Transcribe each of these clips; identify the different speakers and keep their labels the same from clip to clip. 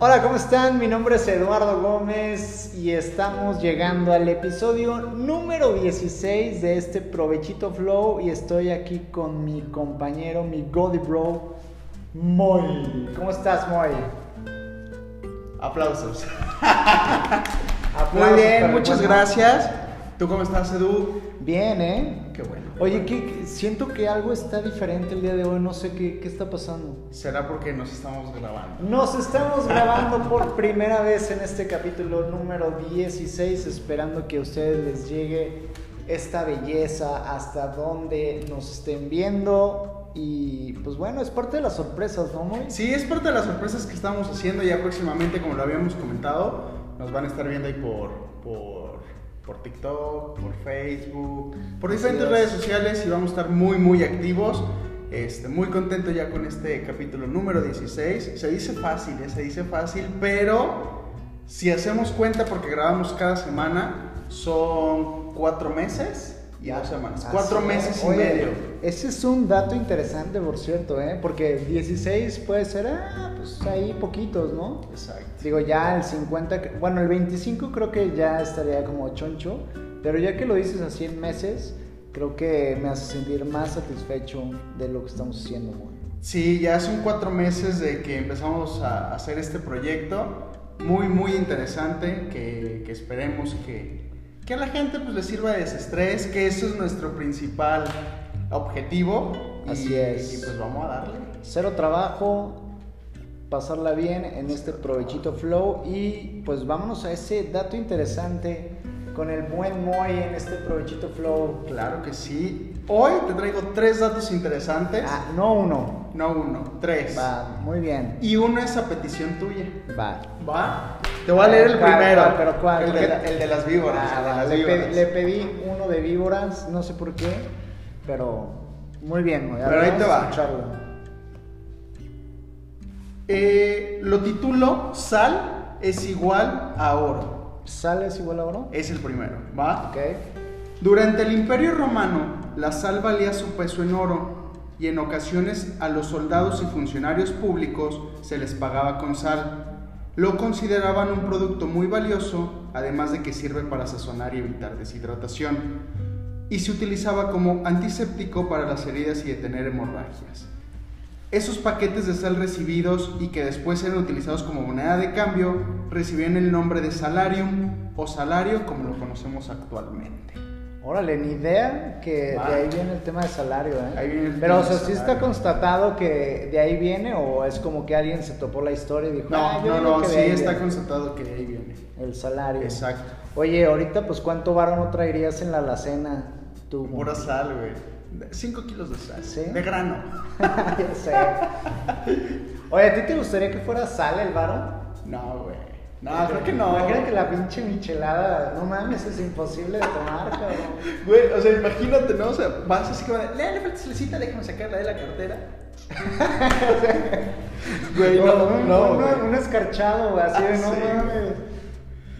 Speaker 1: Hola, ¿cómo están? Mi nombre es Eduardo Gómez y estamos llegando al episodio número 16 de este Provechito Flow y estoy aquí con mi compañero, mi Goddy Bro, Moy. ¿Cómo estás, Moy?
Speaker 2: Aplausos. Muy
Speaker 1: Aplausos para
Speaker 2: bien,
Speaker 1: el
Speaker 2: muchas
Speaker 1: buen Moy.
Speaker 2: gracias. ¿Tú cómo estás, Edu?
Speaker 1: Bien, ¿eh?
Speaker 2: Qué bueno.
Speaker 1: Oye, que que siento que algo está diferente el día de hoy, no sé qué, qué está pasando.
Speaker 2: Será porque nos estamos grabando.
Speaker 1: Nos estamos grabando por primera vez en este capítulo número 16, esperando que a ustedes les llegue esta belleza hasta donde nos estén viendo. Y pues bueno, es parte de las sorpresas, ¿no, Moy?
Speaker 2: Sí, es parte de las sorpresas que estamos haciendo ya próximamente, como lo habíamos comentado, nos van a estar viendo ahí por, por, por TikTok, por Facebook, por
Speaker 1: Así
Speaker 2: diferentes
Speaker 1: es.
Speaker 2: redes sociales y vamos a estar muy, muy activos. Este, muy contento ya con este capítulo número 16. Se dice fácil, ¿eh? se dice fácil, pero si hacemos cuenta, porque grabamos cada semana, son cuatro meses y dos semanas.
Speaker 1: Así
Speaker 2: Cuatro
Speaker 1: es.
Speaker 2: meses y
Speaker 1: Oye,
Speaker 2: medio.
Speaker 1: Ese es un dato interesante, por cierto, ¿eh? Porque 16 puede ser, ah, pues ahí poquitos, ¿no?
Speaker 2: Exacto.
Speaker 1: Digo, ya el 50, cre- bueno, el 25 creo que ya estaría como choncho, pero ya que lo dices a 100 meses, creo que me hace sentir más satisfecho de lo que estamos haciendo, güey.
Speaker 2: Sí, ya son cuatro meses de que empezamos a hacer este proyecto. Muy, muy interesante. Que, que esperemos que, que a la gente pues, le sirva de desestrés, que eso es nuestro principal objetivo. Y-
Speaker 1: Así es.
Speaker 2: Y pues vamos a darle.
Speaker 1: Cero trabajo, pasarla bien en este provechito flow y pues vámonos a ese dato interesante con el buen Moy en este provechito flow.
Speaker 2: Claro que sí. Hoy te traigo tres datos interesantes.
Speaker 1: Ah, no uno.
Speaker 2: No uno, tres.
Speaker 1: Va, muy bien.
Speaker 2: Y uno es a petición tuya.
Speaker 1: Va.
Speaker 2: ¿Va? Te voy a leer el
Speaker 1: ¿Cuál,
Speaker 2: primero.
Speaker 1: cuál, pero cuál?
Speaker 2: El, de, la- el de las víboras.
Speaker 1: Ah,
Speaker 2: el de
Speaker 1: va,
Speaker 2: las
Speaker 1: le,
Speaker 2: víboras.
Speaker 1: pedí, le pedí uno de víboras, no sé por qué, pero muy bien. güey, a
Speaker 2: Pero
Speaker 1: ver,
Speaker 2: ahí te
Speaker 1: vamos a
Speaker 2: va.
Speaker 1: escucharlo.
Speaker 2: Eh, lo titulo Sal es igual a oro.
Speaker 1: ¿Sales igual a oro?
Speaker 2: Es el primero, ¿va?
Speaker 1: Ok.
Speaker 2: Durante el Imperio Romano, la sal valía su peso en oro y en ocasiones a los soldados y funcionarios públicos se les pagaba con sal. Lo consideraban un producto muy valioso, además de que sirve para sazonar y evitar deshidratación. Y se utilizaba como antiséptico para las heridas y detener hemorragias. Esos paquetes de sal recibidos y que después eran utilizados como moneda de cambio recibían el nombre de salarium o salario como lo conocemos actualmente.
Speaker 1: Órale, ni idea que
Speaker 2: Va.
Speaker 1: de ahí viene el tema de salario, ¿eh?
Speaker 2: Ahí viene el
Speaker 1: Pero, o
Speaker 2: tema
Speaker 1: sea,
Speaker 2: de
Speaker 1: ¿sí está
Speaker 2: salario.
Speaker 1: constatado que de ahí viene o es como que alguien se topó la historia y dijo, "Ah,
Speaker 2: No,
Speaker 1: yo
Speaker 2: no,
Speaker 1: digo
Speaker 2: no,
Speaker 1: que de
Speaker 2: sí
Speaker 1: ahí
Speaker 2: está
Speaker 1: viene
Speaker 2: constatado que de ahí viene.
Speaker 1: el salario.
Speaker 2: Exacto.
Speaker 1: Oye, ahorita, pues, ¿cuánto varo no traerías en la alacena tú? güey?
Speaker 2: Pura sal, güey. 5 kilos de sal.
Speaker 1: ¿Sí?
Speaker 2: De grano.
Speaker 1: ya sé. Oye, ¿a ti te gustaría que fuera sal el varo?
Speaker 2: No, güey. No, creo que no.
Speaker 1: Imagínate que la pinche michelada, no mames, es imposible de tomar, cabrón.
Speaker 2: Güey, o sea, imagínate, ¿no? O sea, vas así que van a... Le, le falta salecita, déjame sacarla de la cartera. Güey, no,
Speaker 1: O
Speaker 2: no,
Speaker 1: un,
Speaker 2: no,
Speaker 1: un-
Speaker 2: güey.
Speaker 1: un escarchado, güey, así
Speaker 2: Ah,
Speaker 1: de no
Speaker 2: sí.
Speaker 1: mames.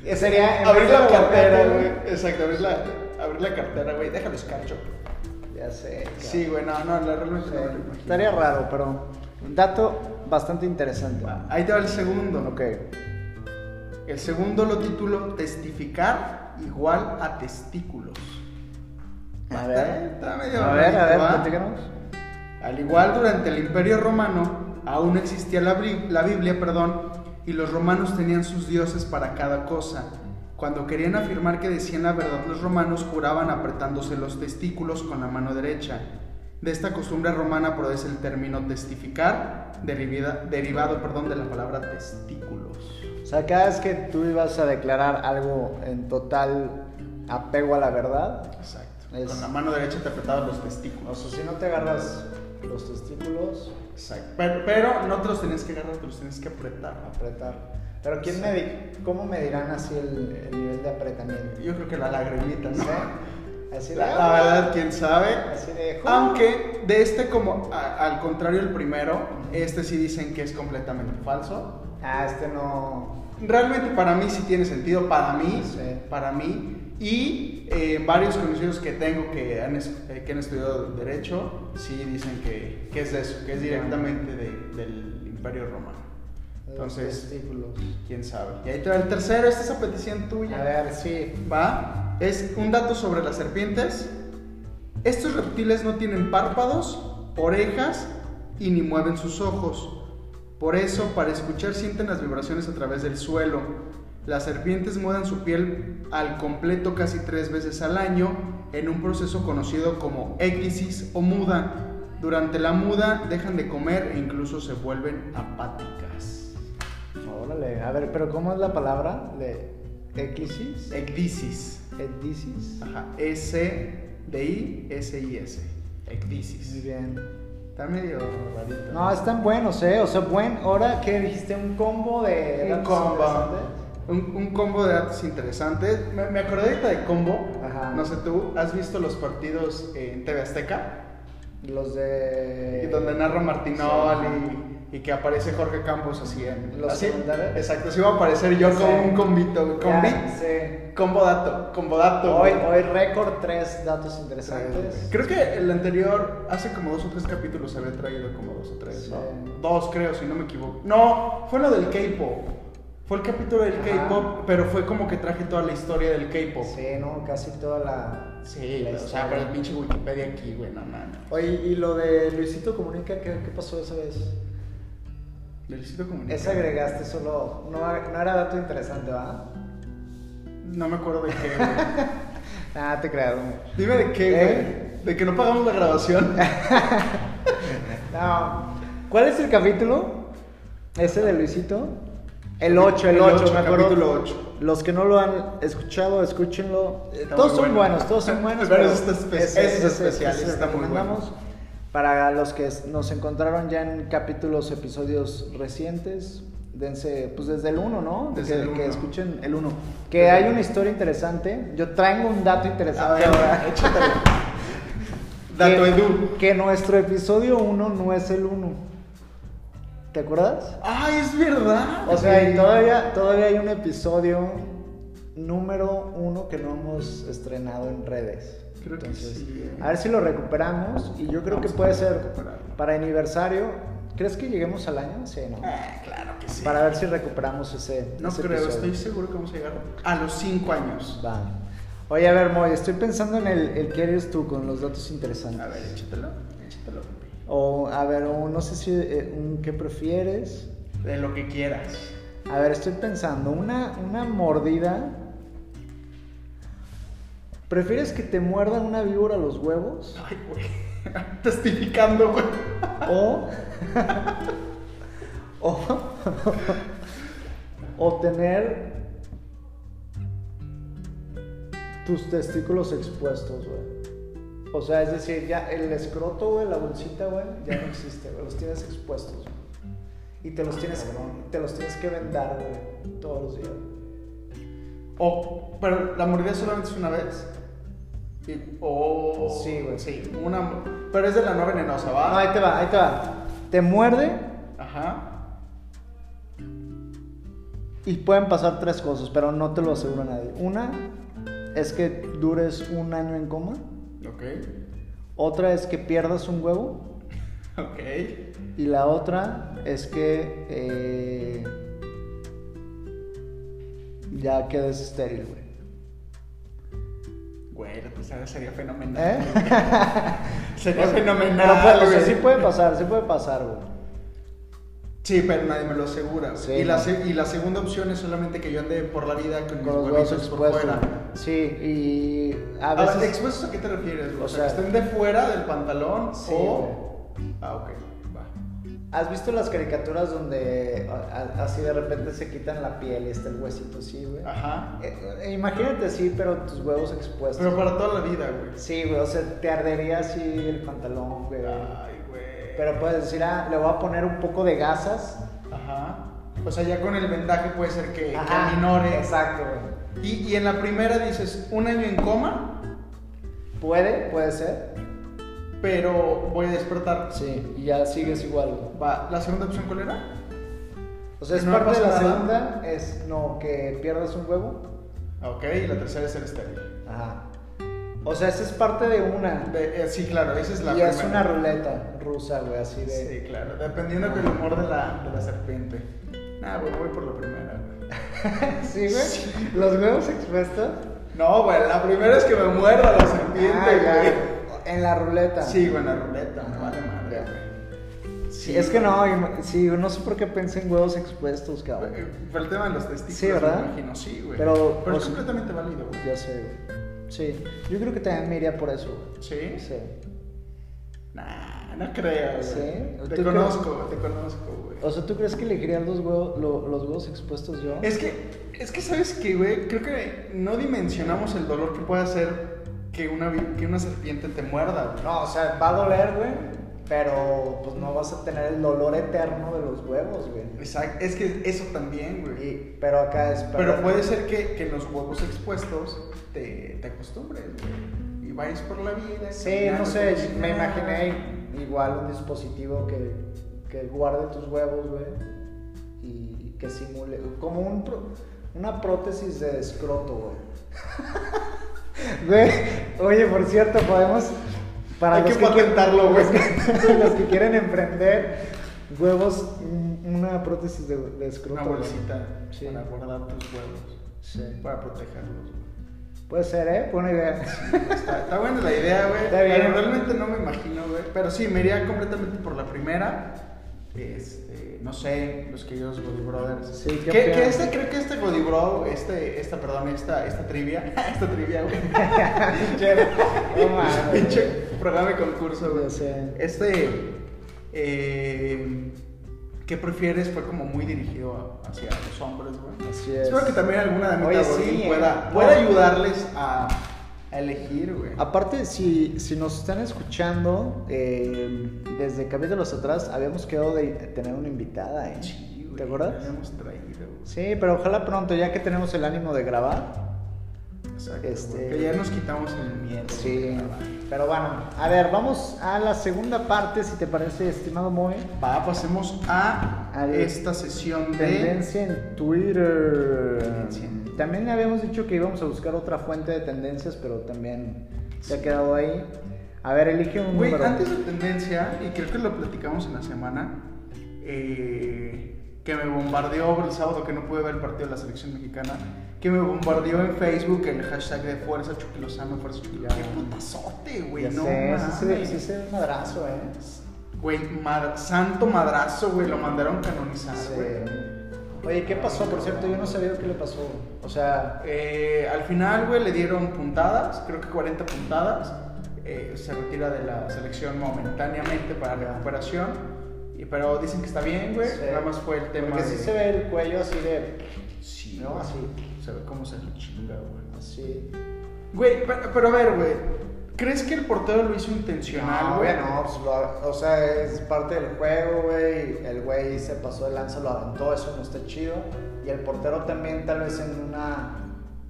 Speaker 1: Eh, Sería en
Speaker 2: Abrir
Speaker 1: vez de
Speaker 2: la
Speaker 1: aguacate,
Speaker 2: cartera, güey. Exacto, abrir la, abrir la cartera, güey. Déjalo escarcho.
Speaker 1: Ya sé. cabrón.
Speaker 2: Sí, güey, no, no, la realmente no me lo
Speaker 1: Sí.
Speaker 2: imagino.
Speaker 1: Estaría raro, pero un dato bastante interesante.
Speaker 2: Va, Ahí te va el segundo.
Speaker 1: Ok.
Speaker 2: El segundo lo titulo Testificar igual a testículos.
Speaker 1: A
Speaker 2: Está-
Speaker 1: ver.
Speaker 2: está medio
Speaker 1: A ver, a ver,
Speaker 2: rarito, ¿va?
Speaker 1: platícanos.
Speaker 2: Al igual durante el Imperio Romano aún existía la, Bri- la Biblia, perdón, y los romanos tenían sus dioses para cada cosa. Cuando querían afirmar que decían la verdad los romanos juraban apretándose los testículos con la mano derecha. De esta costumbre romana produce el término testificar, derivida- derivado perdón, de la palabra testículos.
Speaker 1: O sea, cada vez que tú ibas a declarar algo en total apego a la verdad,
Speaker 2: Exacto.
Speaker 1: Es-
Speaker 2: Con la mano derecha te apretaban los
Speaker 1: O
Speaker 2: testículos.
Speaker 1: sea, si no te agarras los testículos,
Speaker 2: Exacto. Pero, pero no te los tenías que agarrar, te los tenías que apretar.
Speaker 1: apretar. Pero ¿quién
Speaker 2: Sí.
Speaker 1: me di- ¿cómo me dirán así el, el nivel de apretamiento?
Speaker 2: Yo creo que la lagrimita,
Speaker 1: No sé.
Speaker 2: ¿no?
Speaker 1: Así de... "Ah,
Speaker 2: La, la verdad, quién sabe.
Speaker 1: Así de...
Speaker 2: Aunque de este, como a- al contrario del primero, este sí dicen que es completamente falso.
Speaker 1: Ah, este no...
Speaker 2: Realmente para mí sí tiene sentido, para mí,
Speaker 1: Sí.
Speaker 2: para mí. Y eh, varios conocidos que tengo que han, es- eh, que han estudiado Derecho, sí dicen que, que es de eso, que es directamente de- del Imperio Romano. Entonces,
Speaker 1: testículos.
Speaker 2: quién sabe. Y ahí te va el tercero, esta es a petición tuya.
Speaker 1: A ver, sí.
Speaker 2: Va, es un dato sobre las serpientes. Estos reptiles no tienen párpados, orejas y ni mueven sus ojos. Por eso, para escuchar sienten las vibraciones a través del suelo. Las serpientes mudan su piel al completo casi tres veces al año en un proceso conocido como équisis o muda. Durante la muda dejan de comer e incluso se vuelven apáticas.
Speaker 1: Órale, a ver, pero ¿cómo es la palabra? ¿De eclisis?
Speaker 2: Ecdisis.
Speaker 1: ¿Ecdisis?
Speaker 2: Ajá, S-D-I-S-I-S.
Speaker 1: Muy
Speaker 2: Ecdisis.
Speaker 1: bien.
Speaker 2: Está medio rarito.
Speaker 1: No, están buenos, ¿eh? O sea, buen. Ahora que dijiste un combo de.
Speaker 2: un
Speaker 1: datos
Speaker 2: combo.
Speaker 1: interesantes.
Speaker 2: Un, un combo de datos interesantes. Me, me acordé ahorita de combo.
Speaker 1: Ajá.
Speaker 2: No sé, tú has visto los partidos en TV Azteca,
Speaker 1: Los de.
Speaker 2: Y donde narra Martinol
Speaker 1: Eh, Sí.
Speaker 2: y, y que aparece Jorge Campos así en
Speaker 1: Los
Speaker 2: así-
Speaker 1: comentarios.
Speaker 2: Exacto, así va a aparecer yo
Speaker 1: Sí.
Speaker 2: con un combito. güey,
Speaker 1: Ya,
Speaker 2: Combi.
Speaker 1: sí.
Speaker 2: Combo dato, combo dato.
Speaker 1: Hoy,
Speaker 2: güey.
Speaker 1: hoy récord tres datos
Speaker 2: Sí, güey.
Speaker 1: interesantes.
Speaker 2: Creo que el anterior, hace como dos o tres capítulos se había traído como dos o tres,
Speaker 1: Sí.
Speaker 2: ¿no? Dos creo, si no me equivoco. No, fue lo del K-pop. Fue el capítulo del
Speaker 1: Ajá.
Speaker 2: K-pop, pero fue como que traje toda la historia del K-pop.
Speaker 1: Sí, no, casi toda la.
Speaker 2: Sí,
Speaker 1: la
Speaker 2: o sea,
Speaker 1: historia.
Speaker 2: pero el pinche Wikipedia aquí, güey, no mames.
Speaker 1: Oye, y lo de Luisito Comunica, ¿qué, qué pasó esa vez?
Speaker 2: Luisito Comunica.
Speaker 1: Ese agregaste solo. No, no era dato interesante, ¿va?
Speaker 2: No me acuerdo de qué, güey.
Speaker 1: Ah, te creas, güey.
Speaker 2: Dime de qué, güey.
Speaker 1: ¿Eh?
Speaker 2: De que no pagamos la grabación.
Speaker 1: No. ¿Cuál es el capítulo? Ese de Luisito. El 8, el
Speaker 2: El
Speaker 1: 8,
Speaker 2: ocho,
Speaker 1: me acuerdo.
Speaker 2: capítulo ocho.
Speaker 1: Los que no lo han escuchado, escúchenlo. Eh,
Speaker 2: Está
Speaker 1: todos
Speaker 2: muy
Speaker 1: son
Speaker 2: bueno.
Speaker 1: buenos, todos son buenos.
Speaker 2: Pero ese está espe- ese es especial, ese está muy
Speaker 1: recomendamos. Para los que es- nos encontraron ya en capítulos, episodios recientes, dense, pues desde el 1, ¿no?
Speaker 2: Desde
Speaker 1: que,
Speaker 2: el
Speaker 1: que
Speaker 2: uno.
Speaker 1: escuchen el 1. Que hay una historia interesante. Yo traigo un dato
Speaker 2: A
Speaker 1: interesante
Speaker 2: ver,
Speaker 1: ahora.
Speaker 2: échatelo. Dato
Speaker 1: Que-
Speaker 2: Edu.
Speaker 1: Que nuestro episodio 1 no es el 1. ¿Te acuerdas?
Speaker 2: ¡Ay, es verdad!
Speaker 1: O sea, y
Speaker 2: güey.
Speaker 1: todavía, todavía hay un episodio número 1 que no hemos estrenado en redes.
Speaker 2: Creo que sí, eh.
Speaker 1: A ver si lo recuperamos y yo creo
Speaker 2: Vamos
Speaker 1: que
Speaker 2: a
Speaker 1: puede ser
Speaker 2: recuperarlo.
Speaker 1: para aniversario. ¿Crees que lleguemos al año? Sí, ¿no?
Speaker 2: Ah, claro que sí.
Speaker 1: Para ver si recuperamos ese.
Speaker 2: No
Speaker 1: ese
Speaker 2: creo,
Speaker 1: episodio.
Speaker 2: estoy seguro que vamos a llegar a los 5 años.
Speaker 1: Va. Oye, a ver, Moy, estoy pensando en el, el que eres tú con los datos interesantes.
Speaker 2: A ver, échatelo, échatelo.
Speaker 1: O, a ver, o no sé si eh, un qué prefieres.
Speaker 2: De lo que quieras.
Speaker 1: A ver, estoy pensando, una, una mordida. ¿Prefieres que te muerda una víbora los huevos?
Speaker 2: Ay, güey. Testificando, güey.
Speaker 1: O. o, o tener tus testículos expuestos, güey. O sea, es decir, ya el escroto, güey, la bolsita, güey, ya no existe, güey. Los tienes expuestos, güey. Y te los tienes, te los tienes que vendar, güey, todos los días.
Speaker 2: O, pero la mordida solamente es una vez. Y- O.
Speaker 1: Sí, güey.
Speaker 2: Sí, una. Pero es de la no venenosa, ¿va?
Speaker 1: No, ahí te va, ahí te va. Te muerde
Speaker 2: Ajá.
Speaker 1: y pueden pasar tres cosas, pero no te lo asegura nadie. Una es que dures un año en coma.
Speaker 2: Ok.
Speaker 1: Otra es que pierdas un huevo.
Speaker 2: Ok.
Speaker 1: Y la otra es que eh, ya quedes estéril, güey.
Speaker 2: Güey, la tercera sería fenomenal.
Speaker 1: ¿Eh?
Speaker 2: Sería
Speaker 1: Pero
Speaker 2: fenomenal.
Speaker 1: puede- o sea,
Speaker 2: güey.
Speaker 1: sí puede pasar, sí puede pasar, güey.
Speaker 2: Sí, pero nadie me lo asegura. güey.
Speaker 1: Sí,
Speaker 2: y, la
Speaker 1: no.
Speaker 2: se- y la segunda opción es solamente que yo ande por la vida con, mis
Speaker 1: Con los
Speaker 2: huevitos
Speaker 1: huevos
Speaker 2: por
Speaker 1: expuestos.
Speaker 2: fuera.
Speaker 1: Sí, y a
Speaker 2: A ver,
Speaker 1: veces...
Speaker 2: ¿expuestos a qué te refieres? güey?
Speaker 1: O
Speaker 2: O sea, que
Speaker 1: sea-
Speaker 2: estén de fuera del pantalón
Speaker 1: Sí,
Speaker 2: o... Ah, ok, va.
Speaker 1: ¿Has visto las caricaturas donde a- a- así de repente se quitan la piel y está el huesito así, güey?
Speaker 2: Ajá.
Speaker 1: Eh, eh, imagínate así, pero tus huevos expuestos.
Speaker 2: Pero para toda la vida, güey.
Speaker 1: Sí, güey, o sea, te ardería así el pantalón, güey.
Speaker 2: Ay, güey.
Speaker 1: Pero puedes decir, ah, le voy a poner un poco de gasas.
Speaker 2: Ajá. O sea, ya con el vendaje puede ser Eh, que, que
Speaker 1: Ajá,
Speaker 2: aminore.
Speaker 1: Exacto, güey.
Speaker 2: Y, y en la primera dices, un año en coma,
Speaker 1: Puede, puede ser.
Speaker 2: pero voy a despertar.
Speaker 1: Sí, y ya sigues igual, güey.
Speaker 2: Va, ¿la segunda opción cuál era?
Speaker 1: O sea, es
Speaker 2: No
Speaker 1: parte de
Speaker 2: pasa
Speaker 1: la
Speaker 2: nada.
Speaker 1: segunda, es no, que pierdas un huevo.
Speaker 2: Ah, Ok, y la tercera es el estéril.
Speaker 1: Ajá. O sea, esa es parte de una.
Speaker 2: De- eh, sí, claro, esa es la
Speaker 1: y
Speaker 2: primera.
Speaker 1: es una ruleta rusa, güey, así de...
Speaker 2: Sí, claro, dependiendo del humor de la, de la serpiente. Ah, güey, voy por la primera, güey.
Speaker 1: ¿Sí, güey? ¿Los huevos expuestos?
Speaker 2: No, güey, la primera es que me muerda la serpiente,
Speaker 1: Ah,
Speaker 2: güey.
Speaker 1: ya. En la ruleta.
Speaker 2: Sí, güey, en la ruleta, me vale madre,
Speaker 1: Ya.
Speaker 2: güey.
Speaker 1: Sí, es que no, im- sí, no sé por qué pensé en huevos expuestos, cabrón.
Speaker 2: Eh, Por el tema de los testículos,
Speaker 1: Sí, ¿verdad?
Speaker 2: me imagino, sí, güey.
Speaker 1: Pero,
Speaker 2: Pero
Speaker 1: pues-
Speaker 2: es completamente válido, güey.
Speaker 1: Ya sé, güey. Sí, yo creo que también me iría por eso, güey.
Speaker 2: ¿Sí?
Speaker 1: Sí.
Speaker 2: Nah, no creo, güey.
Speaker 1: ¿Sí? ¿Tú
Speaker 2: Te
Speaker 1: crees?
Speaker 2: conozco, te conozco, güey.
Speaker 1: O sea, ¿tú crees que elegiría los huevos, lo- los huevos expuestos yo?
Speaker 2: Es que, es que sabes que, güey, creo que no dimensionamos el dolor que puede hacer que una, vi- que una serpiente te muerda, güey.
Speaker 1: No, o sea, va a doler, güey, pero pues no vas a tener el dolor eterno de los huevos, güey.
Speaker 2: Exacto, es que eso también, güey.
Speaker 1: Y- pero acá es...
Speaker 2: Pero puede ser que, que los huevos expuestos te, te acostumbres, güey. Y vayas por la vida.
Speaker 1: Sí,
Speaker 2: caminando,
Speaker 1: no sé,
Speaker 2: sin
Speaker 1: me
Speaker 2: nada.
Speaker 1: imaginé igual un dispositivo que, que guarde tus huevos, güey, y que simule, como un pro- una prótesis de escroto, güey. Güey, oye, por cierto, podemos... Para
Speaker 2: Hay
Speaker 1: los
Speaker 2: que patentarlo, güey.
Speaker 1: los que- los que quieren emprender huevos, un- una prótesis de, de escroto.
Speaker 2: Una
Speaker 1: güey.
Speaker 2: bolsita
Speaker 1: Sí.
Speaker 2: para guardar tus huevos.
Speaker 1: Sí.
Speaker 2: Para protegerlos, güey.
Speaker 1: Puede ser, ¿eh? Buena idea.
Speaker 2: Está, está buena la idea, güey.
Speaker 1: Está bien.
Speaker 2: Pero realmente no me imagino, güey. Pero sí, me iría completamente por la primera. Este, no sé, los queridos Goody Brothers.
Speaker 1: Sí, qué
Speaker 2: que, que
Speaker 1: opinan.
Speaker 2: este, creo que este Goody Bro, este, esta, perdón, esta, esta trivia, esta trivia, güey.
Speaker 1: Pinche- no mames.
Speaker 2: Pinche programa de concurso, güey.
Speaker 1: Ya sé.
Speaker 2: Este, eh, ¿qué prefieres? Fue como muy dirigido a- hacia los hombres, güey.
Speaker 1: Así es.
Speaker 2: Espero que también alguna de
Speaker 1: Oye,
Speaker 2: mis
Speaker 1: sí, eh.
Speaker 2: pueda,
Speaker 1: No.
Speaker 2: pueda ayudarles a, a elegir, güey.
Speaker 1: Aparte, si, si nos están escuchando, eh, desde capítulos atrás habíamos quedado de tener una invitada, ¿eh?
Speaker 2: Sí, güey,
Speaker 1: ¿Te acuerdas?
Speaker 2: la hemos traído, güey.
Speaker 1: Sí, pero ojalá pronto, ya que tenemos el ánimo de grabar.
Speaker 2: Exacto,
Speaker 1: Este-
Speaker 2: güey, que ya nos quitamos el miedo.
Speaker 1: Sí,
Speaker 2: güey.
Speaker 1: pero bueno, a ver, vamos a la segunda parte, si te parece, estimado Moe.
Speaker 2: Va, pasemos a
Speaker 1: Al-
Speaker 2: esta sesión de...
Speaker 1: Tendencia en Twitter.
Speaker 2: Tendencia.
Speaker 1: También habíamos dicho que íbamos a buscar otra fuente de tendencias, pero también se ha quedado ahí. A ver, elige un
Speaker 2: Güey,
Speaker 1: número.
Speaker 2: antes de tendencia, y creo que lo platicamos en la semana, eh, que me bombardeó el sábado que no pude ver el partido de la selección mexicana, que me bombardeó en Facebook el hashtag de Fuerza Chucky Lozano, Fuerza Chucky Lozano. ¡Qué putazote, güey!
Speaker 1: Ya
Speaker 2: No
Speaker 1: sé, sí se-
Speaker 2: mames.
Speaker 1: sí se ve un madrazo, ¿eh?
Speaker 2: Güey, mad- santo madrazo, güey, lo mandaron canonizar,
Speaker 1: Sí.
Speaker 2: güey.
Speaker 1: Ah, Oye, ¿qué pasó? Por cierto, yo no sabía qué le pasó. O sea,
Speaker 2: Eh, al final, güey, le dieron puntadas, creo que 40 puntadas. Eh, se retira de la selección momentáneamente para recuperación. Y, pero dicen que está bien, güey.
Speaker 1: Sí.
Speaker 2: Nada más fue el tema.
Speaker 1: porque
Speaker 2: de-
Speaker 1: sí se ve el cuello así de.
Speaker 2: Sí,
Speaker 1: ¿no?
Speaker 2: güey.
Speaker 1: Así.
Speaker 2: Se ve cómo se le chinga, güey.
Speaker 1: Así.
Speaker 2: Güey, pero, pero a ver, güey. ¿Crees que el portero lo hizo intencional,
Speaker 1: No,
Speaker 2: güey?
Speaker 1: güey, no, pues lo- o sea, es parte del juego, güey. El güey se pasó de lanza, lo aventó, eso no está chido. Y el portero también, tal vez en una.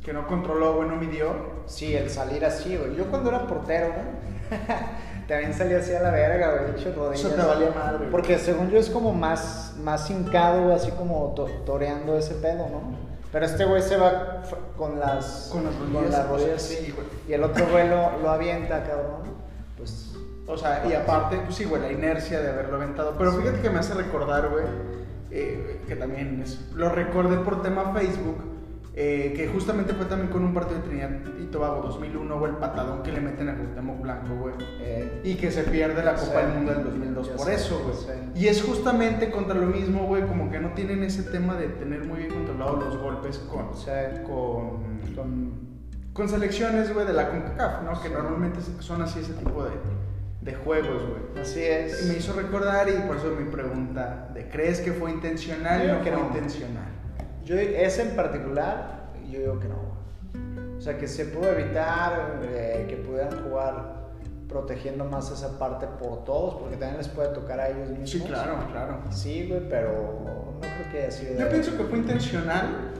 Speaker 2: Que no controló, güey, no midió.
Speaker 1: Sí, el salir así, güey. Yo cuando era portero, güey, también salía así a la verga, güey, hecho rodillas.
Speaker 2: Eso te valía madre, güey.
Speaker 1: Porque según yo es como más, más hincado, güey, así como to- toreando ese pedo, ¿no? Pero este güey se va f- con las,
Speaker 2: Con las rodillas,
Speaker 1: las
Speaker 2: o sea,
Speaker 1: rodillas,
Speaker 2: sí,
Speaker 1: sí.
Speaker 2: güey.
Speaker 1: Y el otro güey lo, lo avienta, cabrón. Pues
Speaker 2: O sea, y aparte, pues sí, güey, la inercia de haberlo aventado. Pero fíjate que me hace recordar, güey, eh, que también es- lo recordé por tema Facebook, eh, que justamente fue también con un partido de Trinidad y Tobago 2001, güey, el patadón que le meten a Cuauhtémoc Blanco, güey.
Speaker 1: eh,
Speaker 2: Y que se pierde la Copa
Speaker 1: Sí.
Speaker 2: del Mundo del 2002
Speaker 1: Ya
Speaker 2: por
Speaker 1: sé,
Speaker 2: eso, güey.
Speaker 1: sí.
Speaker 2: Y es justamente contra lo mismo, güey, como que no tienen ese tema de tener muy bien controlados los golpes con,
Speaker 1: o sea,
Speaker 2: con, con, con selecciones, güey, de la CONCACAF, ¿no? Que normalmente son así ese tipo de, de juegos, güey.
Speaker 1: así
Speaker 2: Y Me
Speaker 1: es.
Speaker 2: hizo recordar y por eso mi pregunta de ¿crees que fue intencional
Speaker 1: Yo creo
Speaker 2: o no
Speaker 1: que
Speaker 2: fue
Speaker 1: no.
Speaker 2: intencional?
Speaker 1: Yo, ese en particular, yo digo que no. güey. O sea, que se pudo evitar, eh, que pudieran jugar protegiendo más esa parte por todos, porque también les puede tocar a ellos mismos.
Speaker 2: Sí, claro, claro.
Speaker 1: Sí, güey, pero no creo que haya sido.
Speaker 2: Yo pienso que fue intencional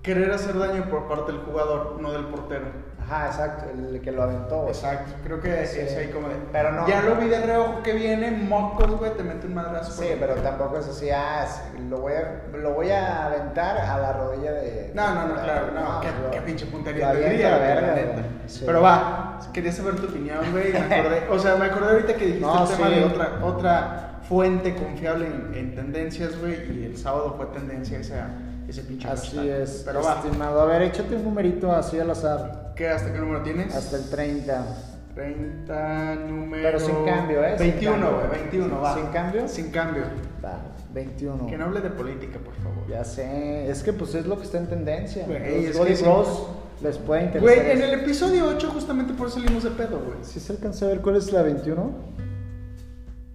Speaker 2: querer hacer daño por parte del jugador, no del portero.
Speaker 1: Ajá, exacto, el que lo aventó. güey.
Speaker 2: Exacto, creo que
Speaker 1: Sí.
Speaker 2: es ahí como de...
Speaker 1: Pero no.
Speaker 2: Ya lo vi de reojo que viene, mocos, güey, te mete un madrazo.
Speaker 1: Sí,
Speaker 2: güey.
Speaker 1: pero tampoco es así, ah, sí, lo voy a, lo voy a aventar a la rodilla de.
Speaker 2: No, no, no, claro, no, qué,
Speaker 1: pero-
Speaker 2: qué pinche
Speaker 1: lo
Speaker 2: puntería
Speaker 1: aviento
Speaker 2: tendría,
Speaker 1: a la
Speaker 2: güey, la
Speaker 1: verga,
Speaker 2: neta.
Speaker 1: güey. Sí.
Speaker 2: Pero va, quería saber tu opinión, güey, y me acordé, o sea, me acordé ahorita que dijiste
Speaker 1: No,
Speaker 2: el tema
Speaker 1: sí.
Speaker 2: de otra, otra fuente confiable en, en tendencias, güey, y el sábado fue tendencia esa, ese pinche
Speaker 1: Así
Speaker 2: hashtag.
Speaker 1: es, este-
Speaker 2: Pero va,
Speaker 1: estimado. A ver, échate un numerito así al azar.
Speaker 2: ¿qué, ¿hasta qué número tienes?
Speaker 1: Hasta el 30.
Speaker 2: 30, número...
Speaker 1: Pero sin cambio, ¿eh? Sin
Speaker 2: 21,
Speaker 1: cambio.
Speaker 2: güey, 21, va.
Speaker 1: ¿Sin cambio?
Speaker 2: Sin cambio.
Speaker 1: Va, 21.
Speaker 2: Que no hable de política, por favor.
Speaker 1: Ya sé, es que pues es lo que está en tendencia.
Speaker 2: Güey,
Speaker 1: Los
Speaker 2: es
Speaker 1: Golden
Speaker 2: que sí.
Speaker 1: Bros les puede interesar.
Speaker 2: Güey, en el episodio 8 justamente por eso salimos de pedo, güey.
Speaker 1: ¿Sí se alcanza a ver cuál es la 21?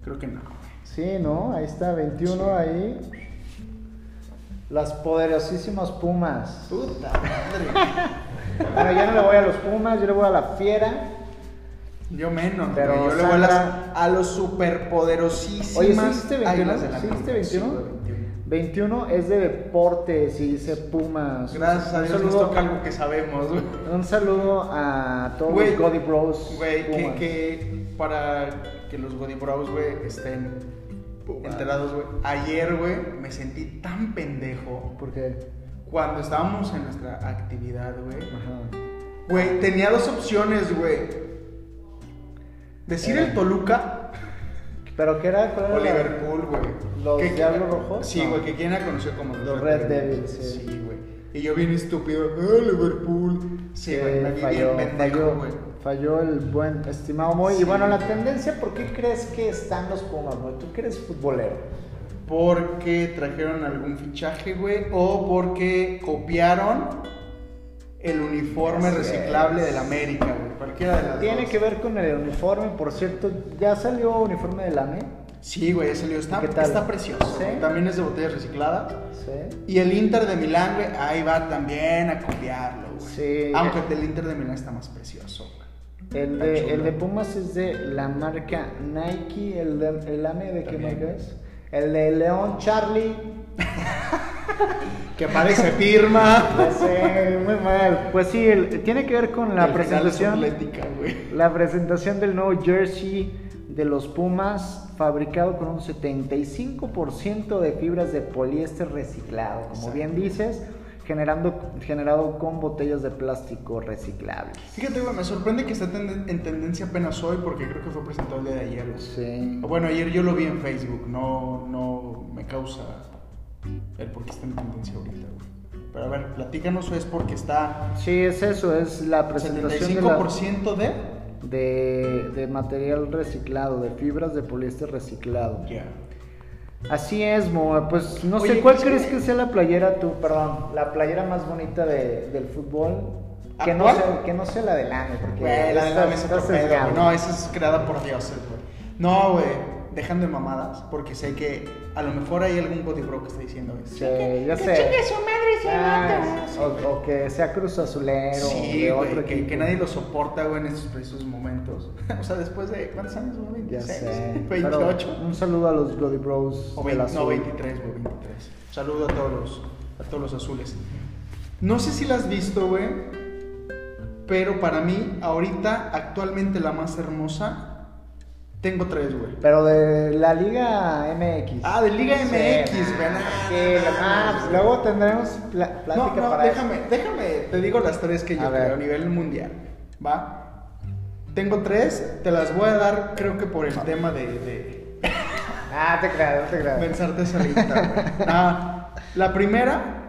Speaker 2: Creo que no, güey.
Speaker 1: Sí, ¿no? Ahí está, 21
Speaker 2: Sí.
Speaker 1: ahí. Las poderosísimas Pumas.
Speaker 2: Puta madre.
Speaker 1: Bueno, yo no le voy a los Pumas, yo le voy a la Fiera.
Speaker 2: Yo menos, güey.
Speaker 1: Pero
Speaker 2: yo le voy a,
Speaker 1: Sandra-
Speaker 2: las, a los superpoderosísimas
Speaker 1: Oye, ¿sí viste 21?
Speaker 2: águilas de la
Speaker 1: ¿Sí viste
Speaker 2: América. Sí,
Speaker 1: 21?
Speaker 2: güey, 21.
Speaker 1: 21 es de deportes y dice Pumas.
Speaker 2: Gracias a
Speaker 1: Un
Speaker 2: Dios nos
Speaker 1: saludo-
Speaker 2: toca algo que sabemos, güey.
Speaker 1: Un saludo a todos
Speaker 2: Güey,
Speaker 1: los Godi Bros.
Speaker 2: Güey, que,
Speaker 1: Pumas.
Speaker 2: que para que los Body Bros, güey, estén
Speaker 1: Pumas.
Speaker 2: enterados, güey. Ayer, güey, me sentí tan pendejo
Speaker 1: ¿Por qué?
Speaker 2: cuando estábamos en nuestra actividad, güey.
Speaker 1: Ajá.
Speaker 2: Güey, tenía dos opciones, güey. Decir
Speaker 1: Eh.
Speaker 2: el Toluca
Speaker 1: ¿Pero qué era? ¿Cuál era
Speaker 2: o
Speaker 1: la-
Speaker 2: Liverpool, güey.
Speaker 1: ¿Los
Speaker 2: Que-
Speaker 1: Diablos Rojos?
Speaker 2: Sí,
Speaker 1: No.
Speaker 2: güey, que quien la conoció como los,
Speaker 1: Los Red Devils, sí.
Speaker 2: Sí, güey. Y yo bien estúpido, ¡eh, Liverpool! Sí,
Speaker 1: que
Speaker 2: güey, me vi
Speaker 1: falló,
Speaker 2: bien pendejo,
Speaker 1: falló,
Speaker 2: güey.
Speaker 1: falló el buen estimado Moy.
Speaker 2: Sí.
Speaker 1: Y bueno, la tendencia, ¿por qué crees que están los Pumas, Moy? Tú que eres futbolero.
Speaker 2: Porque trajeron algún fichaje, güey, o porque copiaron el uniforme
Speaker 1: Así
Speaker 2: reciclable
Speaker 1: es.
Speaker 2: del América, güey. Cualquiera de las
Speaker 1: Tiene
Speaker 2: dos.
Speaker 1: que ver con el uniforme, por cierto, ya salió uniforme del AME.
Speaker 2: Sí, güey, ya salió. Está,
Speaker 1: ¿Qué tal?
Speaker 2: está precioso.
Speaker 1: ¿Sí?
Speaker 2: güey. También es de botellas recicladas.
Speaker 1: Sí.
Speaker 2: Y el Inter de Milán, güey, ahí va también a copiarlo, güey.
Speaker 1: Sí.
Speaker 2: Aunque el del Inter de Milán está más precioso, güey.
Speaker 1: El
Speaker 2: Está chulo.
Speaker 1: de, el de Pumas es de la marca Nike. ¿El, de- el AME de qué
Speaker 2: También.
Speaker 1: marca es? El de León Charlie.
Speaker 2: Que parece firma.
Speaker 1: Ya sé, muy mal. Pues sí, el- tiene que ver con la
Speaker 2: Al final es
Speaker 1: presentación.
Speaker 2: atlética, güey.
Speaker 1: La presentación del nuevo jersey de los Pumas, fabricado con un 75% de fibras de poliéster reciclado, como
Speaker 2: Exacto.
Speaker 1: bien dices, generando, generado con botellas de plástico reciclables.
Speaker 2: Fíjate, güey, me sorprende que esté tenden- en tendencia apenas hoy porque creo que fue presentado el día de ayer. güey.
Speaker 1: Sí.
Speaker 2: Bueno, ayer yo lo vi en Facebook, no, no me causa el por qué está en tendencia ahorita, güey. Pero a ver, platícanos, es porque está
Speaker 1: Sí, es eso, es la presentación de, la-
Speaker 2: 75% de...
Speaker 1: de- de material reciclado, de fibras de poliéster reciclado.
Speaker 2: Ya.
Speaker 1: Así es, Moa. Pues no
Speaker 2: Oye,
Speaker 1: sé, ¿cuál
Speaker 2: ¿qué
Speaker 1: crees
Speaker 2: es?
Speaker 1: que sea la playera tú? Perdón, la playera más bonita de- del fútbol. Que no,
Speaker 2: ¿Actual?
Speaker 1: sea, que no sea la del AME, porque
Speaker 2: Güey, la de la
Speaker 1: estás-
Speaker 2: mesa
Speaker 1: estás
Speaker 2: otro pedo,
Speaker 1: sesgado.
Speaker 2: güey. No, esa es creada por dioses, güey. No, güey, dejando de mamadas, porque sé que a lo mejor hay algún body bro que está diciendo eso.
Speaker 1: Sí, Eh, ya sé. Ah, o, o que sea Cruz Azulero.
Speaker 2: Sí,
Speaker 1: de
Speaker 2: güey,
Speaker 1: otro
Speaker 2: que,
Speaker 1: equipo.
Speaker 2: que nadie lo soporta, güey, en estos precisos momentos. o sea, después de, ¿cuántos años, güey?
Speaker 1: Ya
Speaker 2: 26,
Speaker 1: sé. Pero
Speaker 2: 28.
Speaker 1: un saludo a los Bloody Bros.
Speaker 2: O
Speaker 1: del
Speaker 2: 20, no,
Speaker 1: azul.
Speaker 2: 23, güey, 23. Saludo a todos los, a todos los azules. No sé si la has visto, güey, pero para mí, ahorita, actualmente la más hermosa, tengo tres, güey.
Speaker 1: Pero de la Liga MX.
Speaker 2: Ah, de Liga
Speaker 1: Sí,
Speaker 2: MX, güey.
Speaker 1: sí, la- ah, pues luego tendremos pla-
Speaker 2: No,
Speaker 1: plática
Speaker 2: no,
Speaker 1: para
Speaker 2: déjame, déjame, te digo las tres que yo
Speaker 1: A
Speaker 2: creo
Speaker 1: ver.
Speaker 2: a nivel mundial, ¿va? Tengo tres, te las voy a dar creo que por el tema de, de
Speaker 1: eso. Ah, te creas, te creas.
Speaker 2: pensarte solita, güey. Ah, la primera,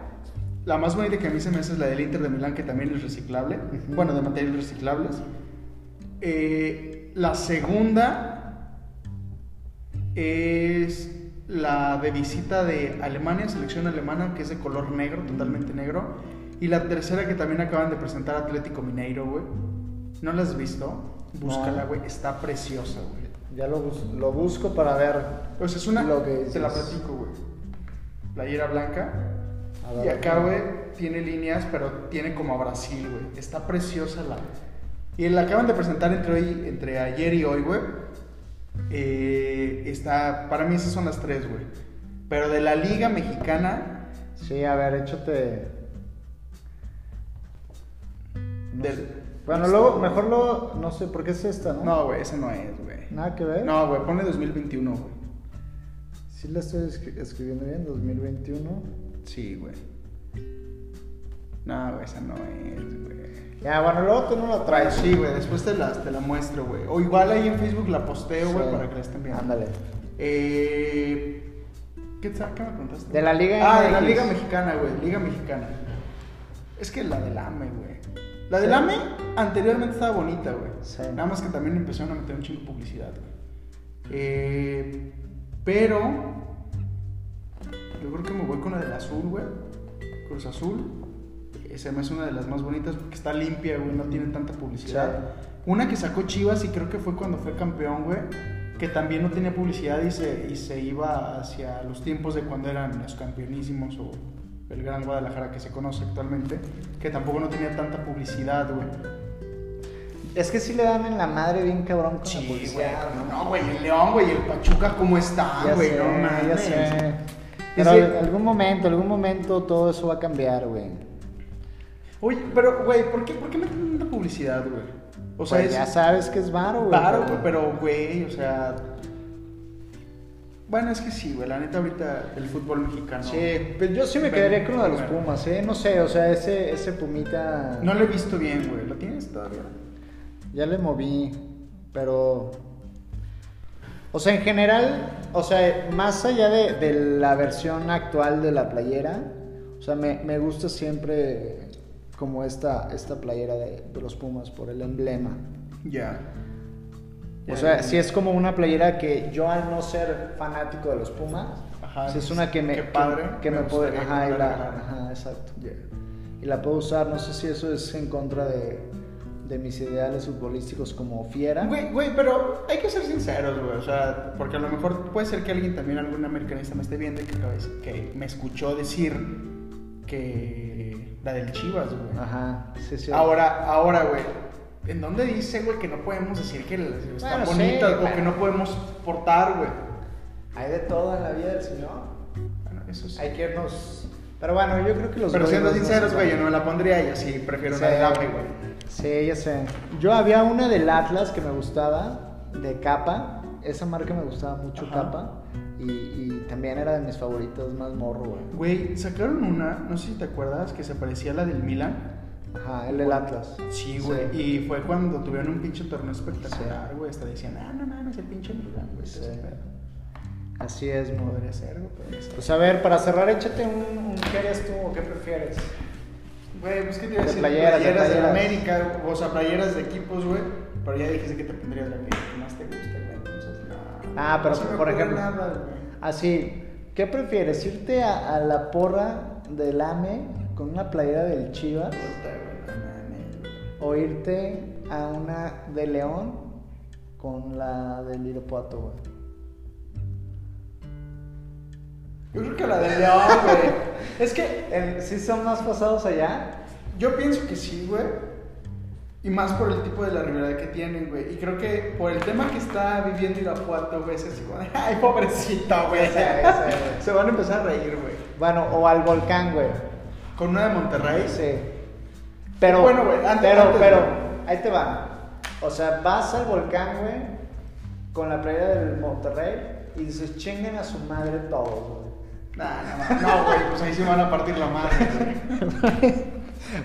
Speaker 2: la más bonita que a mí se me hace es la del Inter de Milán, que también es reciclable,
Speaker 1: Ujú.
Speaker 2: bueno, de materiales reciclables. Eh, la segunda es la de visita de Alemania, selección alemana, que es de color negro, totalmente negro. Y la tercera que también acaban de presentar Atlético Mineiro, güey. ¿No la has visto? Búscala,
Speaker 1: No.
Speaker 2: güey. Está preciosa, güey.
Speaker 1: Ya lo, bus- lo busco para ver.
Speaker 2: O sea, Pues es una...
Speaker 1: Lo que
Speaker 2: te la
Speaker 1: dices.
Speaker 2: platico, güey. Playera blanca.
Speaker 1: A ver,
Speaker 2: Y acá,
Speaker 1: aquí.
Speaker 2: güey, tiene líneas, pero tiene como a Brasil, güey. Está preciosa la. Y la acaban de presentar entre, hoy, entre ayer y hoy, güey. Eh, está. Para mí esas son las tres, güey. Pero de la Liga Mexicana.
Speaker 1: Sí, a ver, échate. No
Speaker 2: Del-
Speaker 1: sé. Bueno, luego, mejor luego, no sé, ¿por qué es esta, no?
Speaker 2: No, güey, esa no es, güey.
Speaker 1: Nada que ver.
Speaker 2: No, güey, ponle 2021, güey.
Speaker 1: Sí la estoy escri- escribiendo bien, 2021.
Speaker 2: Sí, güey. No, güey, esa no es, güey.
Speaker 1: Ya, bueno, luego tú no la
Speaker 2: Trae,
Speaker 1: traes.
Speaker 2: sí, güey, después te la, te la muestro, güey. O igual ahí en Facebook la posteo, güey,
Speaker 1: Sí.
Speaker 2: para que la estén viendo.
Speaker 1: Ándale.
Speaker 2: Eh, ¿qué, tal? ¿Qué me preguntaste?
Speaker 1: De la Liga
Speaker 2: Ah, de la
Speaker 1: MX.
Speaker 2: Liga Mexicana, güey. Liga Mexicana. Es que la del AME, güey. La del
Speaker 1: Sí.
Speaker 2: AME anteriormente estaba bonita, güey.
Speaker 1: Sí.
Speaker 2: Nada más que también empezaron a meter un chingo de publicidad, güey. Eh, pero yo creo que me voy con la del azul, güey. Cruz Azul. Esa me es una de las más bonitas porque está limpia, güey. No tiene tanta publicidad. Una que sacó Chivas y creo que fue cuando fue campeón, güey. Que también no tenía publicidad y se, y se iba hacia los tiempos de cuando eran los campeonísimos o el Gran Guadalajara que se conoce actualmente. Que tampoco no tenía tanta publicidad, güey.
Speaker 1: Es que sí le dan en la madre bien cabrón con la
Speaker 2: Sí, güey.
Speaker 1: publicidad. ¿no?
Speaker 2: No, güey, el León, güey, el Pachuca, ¿cómo está,
Speaker 1: Ya
Speaker 2: Ah, güey?
Speaker 1: sé,
Speaker 2: No mames.
Speaker 1: ya sé.
Speaker 2: Es
Speaker 1: Pero
Speaker 2: que-
Speaker 1: algún momento, algún momento todo eso va a cambiar, güey.
Speaker 2: Oye, pero, güey, ¿por qué, ¿por qué meten tanta publicidad, güey? O
Speaker 1: O
Speaker 2: sea,
Speaker 1: sea, Pues ya
Speaker 2: es
Speaker 1: sabes que es varo, güey.
Speaker 2: claro, güey, pero, güey, o sea... Bueno, es que sí, güey, la neta ahorita el fútbol mexicano...
Speaker 1: Sí, pero yo sí me quedaría con lo de los
Speaker 2: Bueno.
Speaker 1: Pumas, ¿eh? No sé, o sea, ese, ese Pumita
Speaker 2: No lo he visto bien, güey, ¿lo tienes todavía?
Speaker 1: ya le moví, pero... O sea, en general, o sea, más allá de, de la versión actual de la playera, o sea, me, me gusta siempre como esta, esta playera de, de los Pumas por el emblema.
Speaker 2: Ya.
Speaker 1: O
Speaker 2: Ya,
Speaker 1: sea,
Speaker 2: ya.
Speaker 1: si es como una playera que yo al no ser fanático de los Pumas,
Speaker 2: Ajá,
Speaker 1: sí es una que me
Speaker 2: qué padre,
Speaker 1: que, que me,
Speaker 2: me
Speaker 1: puede,
Speaker 2: gustaría
Speaker 1: ajá,
Speaker 2: que
Speaker 1: y
Speaker 2: me la
Speaker 1: la-
Speaker 2: regalaran.
Speaker 1: ajá, exacto.
Speaker 2: Ya.
Speaker 1: Y la puedo usar, no sé si eso es en contra de, de mis ideales futbolísticos como fiera.
Speaker 2: Güey, güey, pero hay que ser sinceros, güey. O sea, porque a lo mejor puede ser que alguien también, algún americanista me esté viendo y que, acaba de decir- que me escuchó decir que la del Chivas, güey.
Speaker 1: Ajá, sí, sí.
Speaker 2: Ahora, ahora, güey. ¿En dónde dice, güey, que no podemos decir que las-
Speaker 1: Bueno,
Speaker 2: están
Speaker 1: sí,
Speaker 2: bonitas o
Speaker 1: bueno.
Speaker 2: que no podemos portar, güey?
Speaker 1: hay de todo en la vida del señor.
Speaker 2: Bueno, eso sí.
Speaker 1: Hay que irnos. Pero bueno, yo creo que los
Speaker 2: Pero siendo
Speaker 1: gringos no
Speaker 2: sinceros,
Speaker 1: se
Speaker 2: güey, yo
Speaker 1: van.
Speaker 2: no me la pondría. Yo sí prefiero una
Speaker 1: Sí.
Speaker 2: del AME, güey.
Speaker 1: Sí, ya sé. Yo había una del Atlas que me gustaba, de capa. Esa marca me gustaba mucho,
Speaker 2: Ajá.
Speaker 1: capa. Y, y también era de mis favoritas más morro, güey.
Speaker 2: Güey, sacaron una, no sé si te acuerdas, que se parecía a la del Milan.
Speaker 1: Ajá, el del Atlas.
Speaker 2: Sí, güey.
Speaker 1: Sí.
Speaker 2: Y fue cuando tuvieron un pinche torneo espectacular, güey. Hasta decían, ah, no mames, el pinche Milan, güey.
Speaker 1: Sí.
Speaker 2: todo ese pedo".
Speaker 1: Pues, eh, Así es, madre.
Speaker 2: Podría ser, güey, podría ser.
Speaker 1: Pues a ver, para cerrar, échate un, un ¿qué harías tú o qué prefieres?
Speaker 2: Güey, pues que te iba a
Speaker 1: De
Speaker 2: decir,
Speaker 1: playeras,
Speaker 2: playeras,
Speaker 1: de
Speaker 2: de la
Speaker 1: playeras.
Speaker 2: América, o sea, playeras de equipos, güey. Pero ya dijiste que te pondrías la que más te gusta, güey. Entonces, no.
Speaker 1: Ah, pero
Speaker 2: no se me
Speaker 1: por
Speaker 2: ocurre
Speaker 1: ejemplo-
Speaker 2: nada, güey.
Speaker 1: Así, Ah, ¿qué prefieres? ¿Irte a, a la porra del AME con una playera del Chivas?
Speaker 2: Puta, güey, no mames, güey.
Speaker 1: ¿O irte a una de León con la del Irapuato, güey?
Speaker 2: Yo creo que la de León, güey. es que eh,
Speaker 1: El- ¿Sí son más pasados allá?
Speaker 2: Yo pienso que sí, güey. Y más por el tipo de la rivalidad que tienen, güey. Y creo que por el tema que está viviendo Irapuato, güey, es así como, de, ay, pobrecito, güey.
Speaker 1: Ya sé, ya sé, güey.
Speaker 2: Se van a empezar a reír, güey.
Speaker 1: Bueno, o al volcán, güey.
Speaker 2: Con una de Monterrey.
Speaker 1: Sí. Pero,
Speaker 2: Bueno, güey, antes-
Speaker 1: pero,
Speaker 2: antes,
Speaker 1: pero,
Speaker 2: güey.
Speaker 1: ahí te va. O sea, vas al volcán, güey, con la playera del Monterrey y dices, chinguen a su madre todos, güey.
Speaker 2: Nah, no, no, no, güey, pues ahí sí van a partir la madre, güey.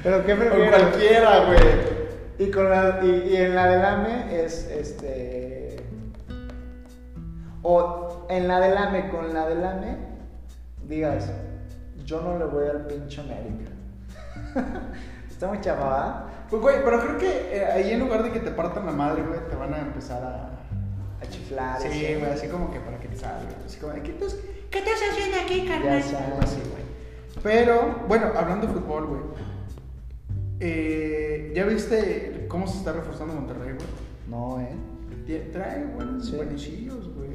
Speaker 1: Pero qué
Speaker 2: Con
Speaker 1: prefieres.
Speaker 2: cualquiera, güey.
Speaker 1: Y, con la, y, y en la del AME es este. O en la del AME, con la del AME, digas, yo no le voy al pinche América. Está muy ¿eh? chavada.
Speaker 2: Pues, güey, pero creo que eh, ahí en lugar de que te partan la madre, güey, te van a empezar a...
Speaker 1: A chiflar.
Speaker 2: Sí,
Speaker 1: ese.
Speaker 2: güey, así como que para que te salga. Así como, de, ¿qué estás, qué estás haciendo aquí,
Speaker 1: Ya
Speaker 2: carnal?
Speaker 1: sé.
Speaker 2: Algo así, güey. Pero, bueno, hablando de fútbol, güey. eh, ¿Ya viste cómo se está reforzando Monterrey, güey?
Speaker 1: No, eh.
Speaker 2: Tie- Trae buenos
Speaker 1: Sí.
Speaker 2: buenecillos, güey.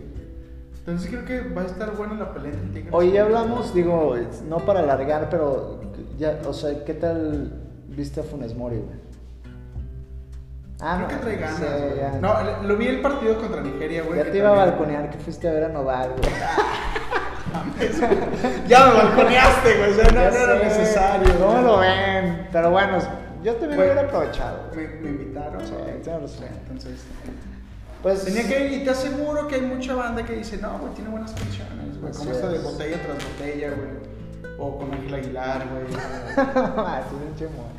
Speaker 2: Entonces creo que va a estar buena la pelea entre Tigres.
Speaker 1: Hoy ya hablamos, digo, es- no para alargar, pero ya, o sea, ¿qué tal viste a Funes Mori, güey? Ah,
Speaker 2: Creo que trae ganas,
Speaker 1: sí,
Speaker 2: güey.
Speaker 1: ya.
Speaker 2: No, le- lo vi el partido contra Nigeria, güey.
Speaker 1: Ya
Speaker 2: que
Speaker 1: te iba a
Speaker 2: también-
Speaker 1: balconear que fuiste a ver a Noval, güey.
Speaker 2: Ya me balconeaste, güey. O sea, no,
Speaker 1: Ya
Speaker 2: no era
Speaker 1: sé,
Speaker 2: necesario.
Speaker 1: ¿Cómo
Speaker 2: güey.
Speaker 1: lo ven? Pero bueno, yo también lo
Speaker 2: Güey.
Speaker 1: hubiera aprovechado.
Speaker 2: Me, me invitaron.
Speaker 1: Sí,
Speaker 2: güey.
Speaker 1: tienes razón.
Speaker 2: Entonces...
Speaker 1: Pues
Speaker 2: Tenía que ir, y te aseguro que hay mucha banda que dice, no, güey, tiene buenas canciones, güey.
Speaker 1: Así
Speaker 2: Como esta de
Speaker 1: es.
Speaker 2: botella tras botella, güey. O con Ángel Aguilar, güey. o-
Speaker 1: Ah, sí, pinche mono.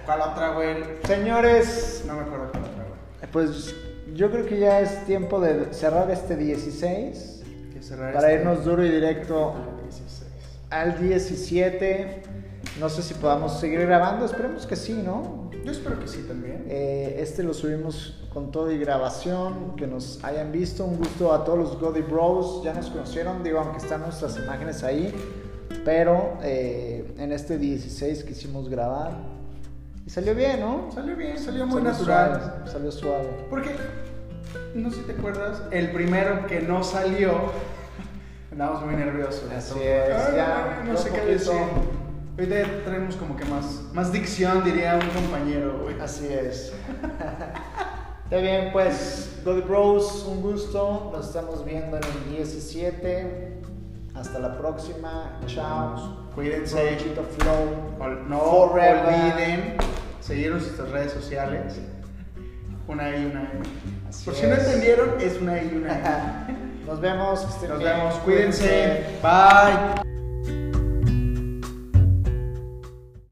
Speaker 2: o cuál otra, güey.
Speaker 1: Señores,
Speaker 2: No me acuerdo cuál otra, güey.
Speaker 1: pues yo creo que ya es tiempo de cerrar este 16.
Speaker 2: cerrar
Speaker 1: Para
Speaker 2: este
Speaker 1: irnos duro y directo
Speaker 2: capítulo 16.
Speaker 1: al 17. No sé si podamos seguir grabando, esperemos que sí, ¿no?
Speaker 2: Yo espero que sí también.
Speaker 1: Eh, este lo subimos con todo y grabación, que nos hayan visto. Un gusto a todos los Goddy Bros, ya nos conocieron, digo, aunque están nuestras imágenes ahí. Pero eh, en este 16 quisimos grabar y salió bien, ¿no?
Speaker 2: Salió bien, salió muy
Speaker 1: Salió
Speaker 2: natural.
Speaker 1: suave, salió suave.
Speaker 2: Porque, no sé si te acuerdas, el primero que no salió, andamos muy nerviosos.
Speaker 1: Así es,
Speaker 2: Ay,
Speaker 1: ya,
Speaker 2: No
Speaker 1: un
Speaker 2: sé qué
Speaker 1: poquito.
Speaker 2: decir. Ahorita ya traemos como que más, más dicción, diría un compañero, güey.
Speaker 1: Así es. Está bien, pues, Gold Bros, un gusto. Nos estamos viendo en el 17. Hasta la próxima. Chao.
Speaker 2: Cuídense.
Speaker 1: Provechito Flow.
Speaker 2: Ol- No
Speaker 1: Forever.
Speaker 2: olviden seguirnos en nuestras redes sociales. Una y una I.
Speaker 1: Así
Speaker 2: Por si no
Speaker 1: es.
Speaker 2: entendieron, es una y una I.
Speaker 1: Nos vemos. que estén
Speaker 2: Nos
Speaker 1: bien.
Speaker 2: vemos, cuídense. Bye.